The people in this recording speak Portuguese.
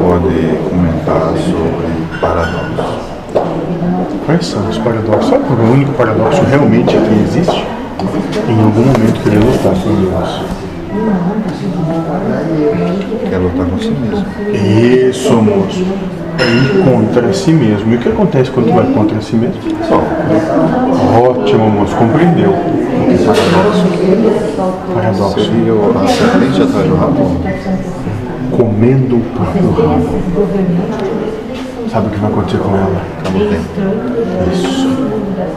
pode comentar sobre paradoxos? Quais são os paradoxos? Sabe qual é o único paradoxo realmente que existe? Em algum momento querer lutar com Deus. Quer é lutar com si mesmo. Isso, moço. É ir contra si mesmo. E o que acontece quando tu vai contra si mesmo? Só. Ótimo, moço. Compreendeu. Paradoxo. Seria a serpente atrás do rabo. Comendo o próprio rabo. Sabe o que vai acontecer com ela? Acabou o tempo. Isso.